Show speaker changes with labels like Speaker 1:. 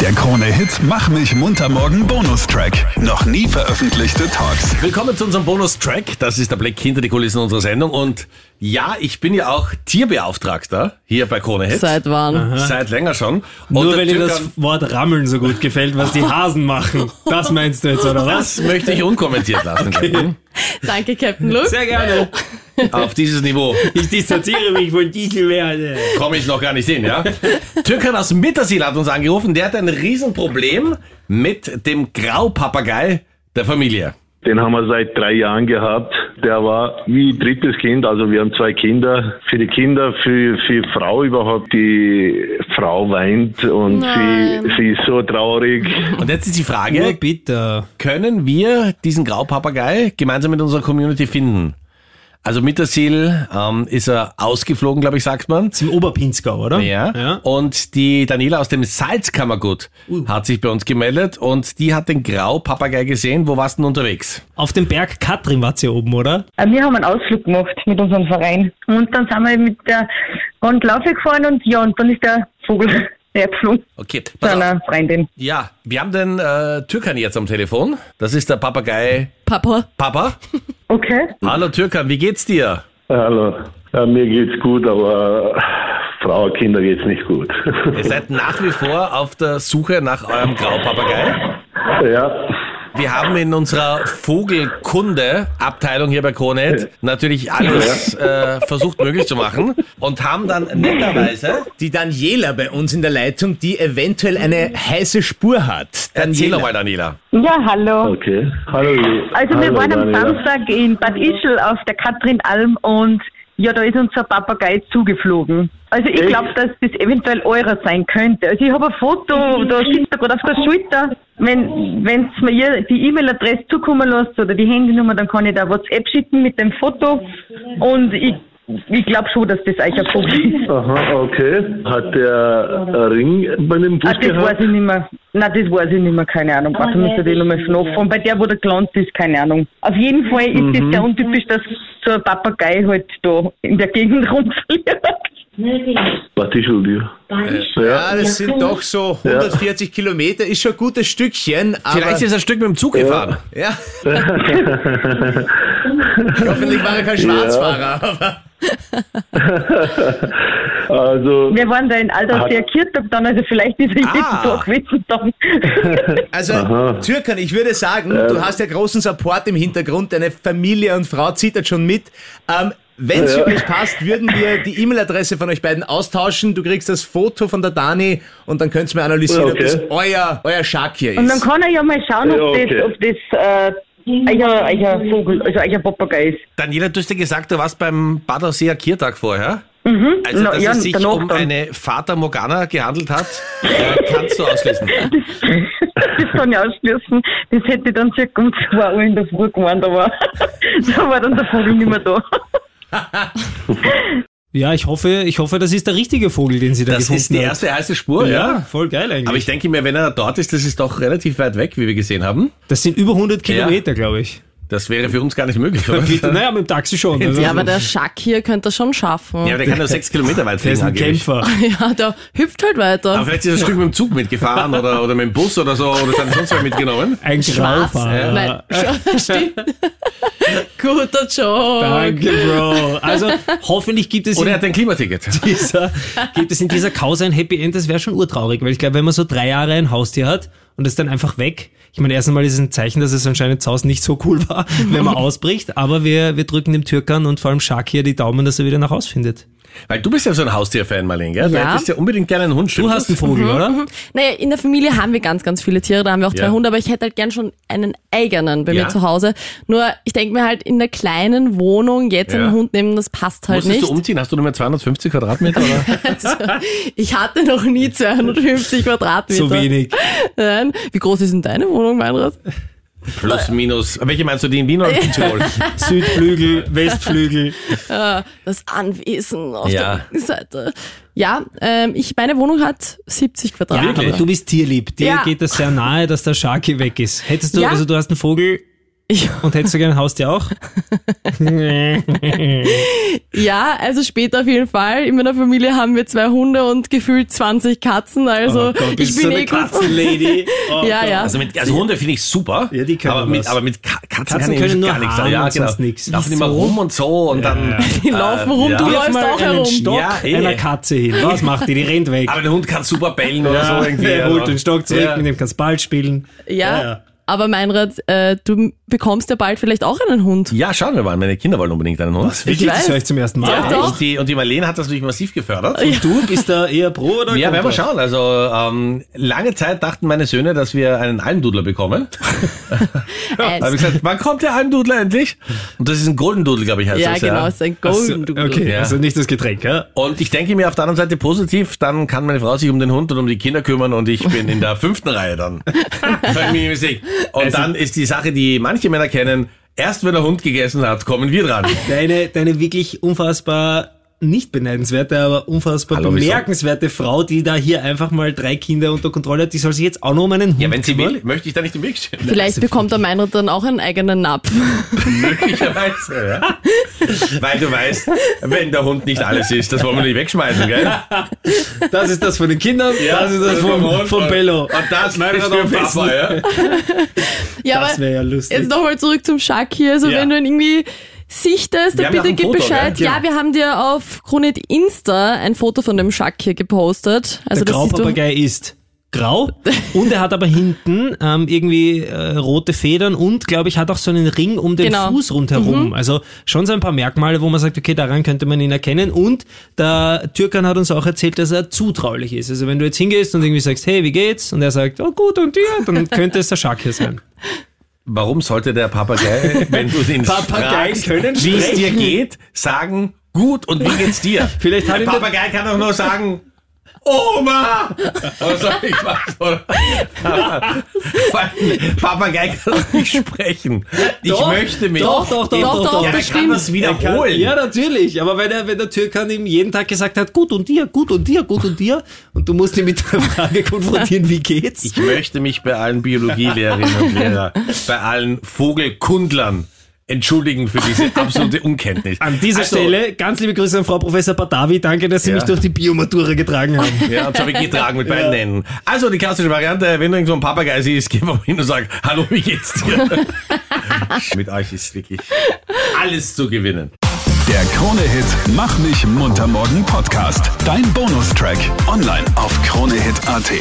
Speaker 1: Der Krone-Hit Mach mich munter morgen Bonustrack. Noch nie veröffentlichte Talks.
Speaker 2: Willkommen zu unserem Bonus-Track. Das ist der Blick hinter die Kulissen unserer Sendung. Und ja, ich bin ja auch Tierbeauftragter hier bei Krone Hit.
Speaker 3: Seit wann?
Speaker 2: Seit länger schon. Und
Speaker 4: Nur
Speaker 2: der
Speaker 4: weil dir
Speaker 2: Typ
Speaker 4: das
Speaker 2: kann-
Speaker 4: Wort Rammeln so gut gefällt, was die Hasen machen. Das meinst du jetzt, oder was?
Speaker 2: das möchte ich unkommentiert lassen. Captain.
Speaker 3: Danke, Captain Luke.
Speaker 4: Sehr gerne.
Speaker 2: Auf dieses Niveau
Speaker 4: Ich distanziere mich von diesem Werde.
Speaker 2: komme ich noch gar nicht hin, ja? Türkan aus Mittersil hat uns angerufen. Der hat ein Riesenproblem mit dem Graupapagei der Familie.
Speaker 5: Den haben wir seit drei Jahren gehabt. Der war wie drittes Kind, also wir haben zwei Kinder. Für die Kinder, für, für die Frau überhaupt, die Frau weint und sie,
Speaker 3: Nein.
Speaker 5: sie ist so traurig.
Speaker 2: Und jetzt ist die
Speaker 4: Ja,
Speaker 2: Frage,
Speaker 4: bitte.
Speaker 2: können wir diesen Graupapagei gemeinsam mit unserer Community finden? Also Mittersil ähm, ist er ausgeflogen, glaube ich, sagt man.
Speaker 4: Zum Oberpinzgau, oder?
Speaker 2: Ja. Und die Daniela aus dem Salzkammergut hat sich bei uns gemeldet und die hat den Graupapagei gesehen. Wo warst du denn unterwegs?
Speaker 4: Auf dem Berg Katrin war's hier oben, oder?
Speaker 6: Äh, Wir haben einen Ausflug gemacht mit unserem Verein. Und dann sind wir mit der Rundlaufe gefahren und ja, und dann ist der Vogel hergeflogen
Speaker 2: Okay, pass
Speaker 6: zu
Speaker 2: auf.
Speaker 6: einer Freundin.
Speaker 2: ja, wir haben den äh, Türkan jetzt am Telefon. Das ist der Papagei
Speaker 3: Papa.
Speaker 2: Papa.
Speaker 6: Okay.
Speaker 2: Hallo Türkan, wie geht's dir?
Speaker 5: Hallo. Ja, mir geht's gut, aber Frau, und Kinder geht's nicht gut.
Speaker 2: Ihr seid nach wie vor auf der Suche nach eurem Graupapagei.
Speaker 5: ja.
Speaker 2: Wir haben in unserer Vogelkunde-Abteilung hier bei Kronet natürlich alles äh, versucht möglich zu machen und haben dann netterweise,
Speaker 7: Die Daniela bei uns in der Leitung, die eventuell eine heiße Spur hat.
Speaker 2: erzähl doch mal Daniela,
Speaker 6: Ja, hallo.
Speaker 5: Okay. Hallo.
Speaker 6: Also wir
Speaker 5: hallo,
Speaker 6: waren am
Speaker 5: Daniela.
Speaker 6: Samstag in Bad Ischl auf der Katrinalm und ja, da ist unser Papagei zugeflogen. Also ich
Speaker 5: Echt?
Speaker 6: glaube, dass das eventuell eurer sein könnte. Also ich habe ein Foto, da sitzt er gerade auf der Schulter. Wenn wenn's mir ihr die E-Mail-Adresse zukommen lässt oder die Handynummer, dann kann ich da WhatsApp schicken mit dem Foto. Und ich, ich glaube schon, dass das euch ein Vogel ist.
Speaker 5: Aha, okay. Hat der einen Ring bei dem Bus
Speaker 6: Ah, das weiß
Speaker 5: gehabt?
Speaker 6: ich nicht mehr. Nein, das weiß ich nicht mehr, keine Ahnung. Warte, müsste ich nochmal nachfragen. Bei der, wo der gelandet ist, keine Ahnung. Auf jeden Fall ist das sehr untypisch, dass so ein Papagei halt da in der Gegend rumfliegt.
Speaker 5: Was ist schon dir?
Speaker 7: Äh, Ja, das sind doch so 140 Kilometer, ist schon ein gutes Stückchen, aber
Speaker 2: vielleicht ist er ein Stück mit dem Zug gefahren.
Speaker 7: ja. hoffentlich war er kein Schwarzfahrer. Aber
Speaker 5: Also,
Speaker 6: Wir waren da in Alter sehr dann, also vielleicht ist er jeden
Speaker 2: Ah.
Speaker 6: Tag gewesen dann.
Speaker 7: also, Türkan, ich würde sagen, du hast ja großen Support im Hintergrund, deine Familie und Frau zittert schon mit. Ähm, wenn es wirklich passt, würden wir die E-Mail-Adresse von euch beiden austauschen. Du kriegst das Foto von der Dani und dann könntest du mir analysieren, ob
Speaker 5: Okay.
Speaker 7: das euer, euer Shark hier ist.
Speaker 6: Und dann kann er ja mal schauen, ob
Speaker 5: Ja, okay.
Speaker 6: das, ob das äh, euer, euer Vogel, also euer Papagei ist.
Speaker 2: Daniela, du hast ja gesagt, du warst beim Baderseer Kirtag vorher. Also,
Speaker 6: Mhm. Na
Speaker 2: dass
Speaker 6: ja,
Speaker 2: es sich
Speaker 6: danach
Speaker 2: um
Speaker 6: dann.
Speaker 2: eine Fata Morgana gehandelt hat, äh, kannst du ausschließen.
Speaker 6: Das kann ich ausschließen. Das hätte ich dann circa um 2 Uhr in der Früh gemeint, aber da war dann der Vogel nicht mehr da.
Speaker 4: Ja, ich hoffe, ich hoffe, das ist der richtige Vogel, den sie da
Speaker 2: Das
Speaker 4: gefunden
Speaker 2: ist die
Speaker 4: hat.
Speaker 2: erste heiße Spur, ja.
Speaker 4: Ja, voll geil eigentlich.
Speaker 2: Aber ich denke mir, wenn er dort ist, das ist doch relativ weit weg, wie wir gesehen haben.
Speaker 4: das sind über 100 Kilometer, glaube ich.
Speaker 2: Das wäre für uns gar nicht möglich, oder?
Speaker 4: Bitte, naja, mit dem Taxi schon. Also,
Speaker 3: Ja, aber der Schack hier könnte das schon schaffen.
Speaker 2: Ja, aber der kann nur sechs Kilometer weit
Speaker 4: der
Speaker 2: fliegen.
Speaker 4: ist ein
Speaker 2: angeblich.
Speaker 4: Kämpfer.
Speaker 3: Ja, der hüpft halt
Speaker 2: Aber
Speaker 3: weiter.
Speaker 2: vielleicht ist er ein Stück mit dem Zug mitgefahren oder, oder mit dem Bus oder so oder dann sonst wer mitgenommen.
Speaker 4: Ein
Speaker 3: Schwarz.
Speaker 4: Graufahrer.
Speaker 3: Nein, stimmt. Guter Job.
Speaker 4: Danke, Bro. Also hoffentlich gibt es,
Speaker 2: Oder er
Speaker 4: in
Speaker 2: hat ein Klimaticket.
Speaker 4: dieser, gibt es in dieser Kause ein Happy End. Das wäre schon urtraurig, weil ich glaube, wenn man so drei Jahre ein Haustier hat und es dann einfach weg, ich meine, erst einmal ist es ein Zeichen, dass es anscheinend zu Hause nicht so cool war, wenn man ausbricht, aber wir, wir drücken dem Türkern und vor allem Shark hier die Daumen, dass er wieder nach Hause findet.
Speaker 2: Weil du bist ja so ein Haustier-Fan, Marlene, gell? Du
Speaker 3: Ja. Halt
Speaker 2: hättest ja unbedingt gerne einen Hund.
Speaker 4: Du
Speaker 2: stimmt
Speaker 4: hast einen
Speaker 2: das?
Speaker 4: Vogel,
Speaker 3: Mhm,
Speaker 4: oder?
Speaker 3: Naja, in der Familie haben wir ganz, ganz viele Tiere. Da haben wir auch
Speaker 2: Ja.
Speaker 3: zwei Hunde, aber ich hätte halt gern schon einen eigenen bei
Speaker 2: Ja.
Speaker 3: mir zu Hause. Nur, ich denke mir halt, in der kleinen Wohnung jetzt
Speaker 2: Ja.
Speaker 3: einen Hund nehmen, das passt halt
Speaker 2: Musstest
Speaker 3: nicht.
Speaker 2: du umziehen? Hast du nur mehr 250 Quadratmeter? Oder?
Speaker 3: Ich hatte noch nie 250 Quadratmeter.
Speaker 4: So wenig.
Speaker 3: Nein. Wie groß ist denn deine Wohnung, Meinrad?
Speaker 2: Plus, minus. Welche meinst du, die in Wien oder in Tirol?
Speaker 4: Südflügel, Westflügel.
Speaker 3: Das Anwesen auf
Speaker 2: Ja.
Speaker 3: der linken Seite. Ja, ähm, ich, meine Wohnung hat 70
Speaker 4: Ja,
Speaker 3: Quadratmeter.
Speaker 4: aber du bist tierlieb. Dir
Speaker 3: Ja.
Speaker 4: geht das sehr nahe, dass der Sharky weg ist. Hättest du,
Speaker 3: Ja.
Speaker 4: also du hast einen Vogel,
Speaker 3: Ich,
Speaker 4: Und hättest du gerne ein Haustier auch?
Speaker 3: ja, also später auf jeden Fall. In meiner Familie haben wir zwei Hunde und gefühlt 20 Katzen.
Speaker 4: Oh
Speaker 3: Also ich bin eh gut.
Speaker 4: Katzenlady. Oh
Speaker 3: ja, ja.
Speaker 2: Also, mit, also Hunde finde ich super.
Speaker 4: Ja, die können
Speaker 2: aber mit,
Speaker 4: was.
Speaker 2: aber mit Ka- Katzen,
Speaker 4: Katzen
Speaker 2: kann ich
Speaker 4: können
Speaker 2: wirklich
Speaker 4: nur
Speaker 2: gar nichts.
Speaker 4: haaren
Speaker 2: Ja, genau.
Speaker 4: und sonst nichts.
Speaker 2: Laufen immer rum und so und dann.
Speaker 3: Die laufen rum,
Speaker 2: ja.
Speaker 3: du
Speaker 2: Wirf
Speaker 3: läufst
Speaker 4: mal
Speaker 3: auch
Speaker 4: einen
Speaker 3: herum.
Speaker 4: Stock
Speaker 2: Ja, eh.
Speaker 4: einer Katze hin. Was macht die? Die rennt weg.
Speaker 2: Aber der Hund kann super bellen oder
Speaker 4: Ja,
Speaker 2: so irgendwie.
Speaker 4: der
Speaker 2: also.
Speaker 4: holt den Stock zurück,
Speaker 2: Ja.
Speaker 4: mit dem kannst Ball spielen.
Speaker 3: Ja,
Speaker 4: Ja, ja.
Speaker 3: aber Meinrad, äh, du bekommst ja bald vielleicht auch einen Hund.
Speaker 2: Ja, schauen wir mal. Meine Kinder wollen unbedingt einen Hund.
Speaker 4: Wirklich,
Speaker 3: weiß.
Speaker 4: das höre ich zum ersten Mal.
Speaker 2: Ja,
Speaker 3: Ja, doch.
Speaker 2: und, die, und die Marlene hat das natürlich massiv gefördert.
Speaker 4: Und du bist da eher pro oder
Speaker 2: Ja, werden wir
Speaker 4: contra?
Speaker 2: schauen. Also ähm, lange Zeit dachten meine Söhne, dass wir einen Almdudler bekommen.
Speaker 3: Äh,
Speaker 2: Da habe ich gesagt, wann kommt der Almdudler endlich? Und das ist ein Golden Dudel, glaube ich, heißt
Speaker 3: ja,
Speaker 2: das.
Speaker 3: genau, ist ein Golden Doodle.
Speaker 4: Okay,
Speaker 2: Ja.
Speaker 4: also nicht das Getränk, ja?
Speaker 2: Und ich denke mir auf der anderen Seite positiv, dann kann meine Frau sich um den Hund und um die Kinder kümmern und ich bin in der fünften Reihe dann. Familie mit sich. und dann ist die Sache, die manche Männer kennen, erst wenn der Hund gegessen hat, kommen wir dran.
Speaker 4: Deine, deine wirklich unfassbar nicht beneidenswerte, aber unfassbar
Speaker 2: Hallo, wieso?
Speaker 4: bemerkenswerte Frau, die da hier einfach mal drei Kinder unter Kontrolle hat, die soll sich jetzt auch noch um einen Hund
Speaker 2: Ja, wenn sie
Speaker 4: kümmern.
Speaker 2: will, möchte ich da nicht im Weg stehen.
Speaker 4: also
Speaker 3: Vielleicht bekommt der Meinrad dann auch einen eigenen Napf.
Speaker 2: Möglicherweise, ja. Weil du weißt, wenn der Hund nicht alles ist, das wollen wir nicht wegschmeißen, gell?
Speaker 4: Das ist das von den Kindern, das ist das vom, vom Bello.
Speaker 2: Und das
Speaker 4: Nein,
Speaker 2: ist
Speaker 4: das hat
Speaker 2: für
Speaker 4: am besten.
Speaker 2: Papa, ja?
Speaker 3: Ja,
Speaker 4: Das wäre ja lustig.
Speaker 3: Jetzt nochmal zurück zum Shark hier. Also
Speaker 2: Ja.
Speaker 3: wenn du ihn irgendwie sichtest,
Speaker 2: Wir
Speaker 3: dann
Speaker 2: haben nach
Speaker 3: bitte
Speaker 2: dem
Speaker 3: gib
Speaker 2: Foto, genau.
Speaker 3: Bescheid.
Speaker 2: gell?
Speaker 3: Ja, wir haben dir auf Kronit Insta ein Foto von dem Shark hier gepostet. Also
Speaker 4: Der
Speaker 3: das siehst du.
Speaker 4: Graupapagei ist grau und er hat aber hinten ähm, irgendwie äh, rote Federn und, glaube ich, hat auch so einen Ring um den
Speaker 3: Genau.
Speaker 4: Fuß rundherum. Also schon so ein paar Merkmale, wo man sagt, okay, daran könnte man ihn erkennen. Und der Türkan hat uns auch erzählt, dass er zutraulich ist. Also wenn du jetzt hingehst und irgendwie sagst, hey, wie geht's? Und er sagt, oh gut, und dir? Dann könnte es der Schakir sein.
Speaker 2: Warum sollte der Papagei, wenn du den
Speaker 4: Papageien
Speaker 2: fragst,
Speaker 4: können
Speaker 2: wie es dir
Speaker 4: sprechen.
Speaker 2: geht, sagen, gut und wie geht's dir?
Speaker 4: Vielleicht hat
Speaker 2: der
Speaker 4: ihn der-
Speaker 2: Papagei kann doch nur sagen, Oma! Oder so, ich weiß, oder? Weil Papagei kann doch nicht sprechen. Ich
Speaker 4: Doch,
Speaker 2: möchte mich.
Speaker 4: doch, doch, doch,
Speaker 3: Doch, doch,
Speaker 2: ja, der
Speaker 3: das
Speaker 2: kann
Speaker 3: stimmt.
Speaker 2: das wiederholen.
Speaker 4: Äh, Ja, natürlich. Aber wenn, er, wenn der Türkan ihm jeden Tag gesagt hat, gut und dir, gut und dir, gut und dir, und du musst ihn mit der Frage konfrontieren, wie geht's?
Speaker 2: Ich möchte mich bei allen Biologielehrerinnen und Lehrern, bei allen Vogelkundlern entschuldigen für diese absolute Unkenntnis.
Speaker 4: An dieser
Speaker 2: Also,
Speaker 4: Stelle ganz liebe Grüße an Frau Professor Badawi. Danke, dass Sie
Speaker 2: Ja.
Speaker 4: mich durch die Biomatura getragen haben.
Speaker 2: Ja, und so habe ich getragen mit beiden Händen. Also die klassische Variante, wenn du irgend so ein Papagei siehst, geh mal hin und sag, hallo, wie geht's dir? mit euch ist wirklich alles zu gewinnen.
Speaker 1: Der Krone-Hit Mach mich munter morgen Podcast. Dein Bonustrack. Online auf kronehit.at.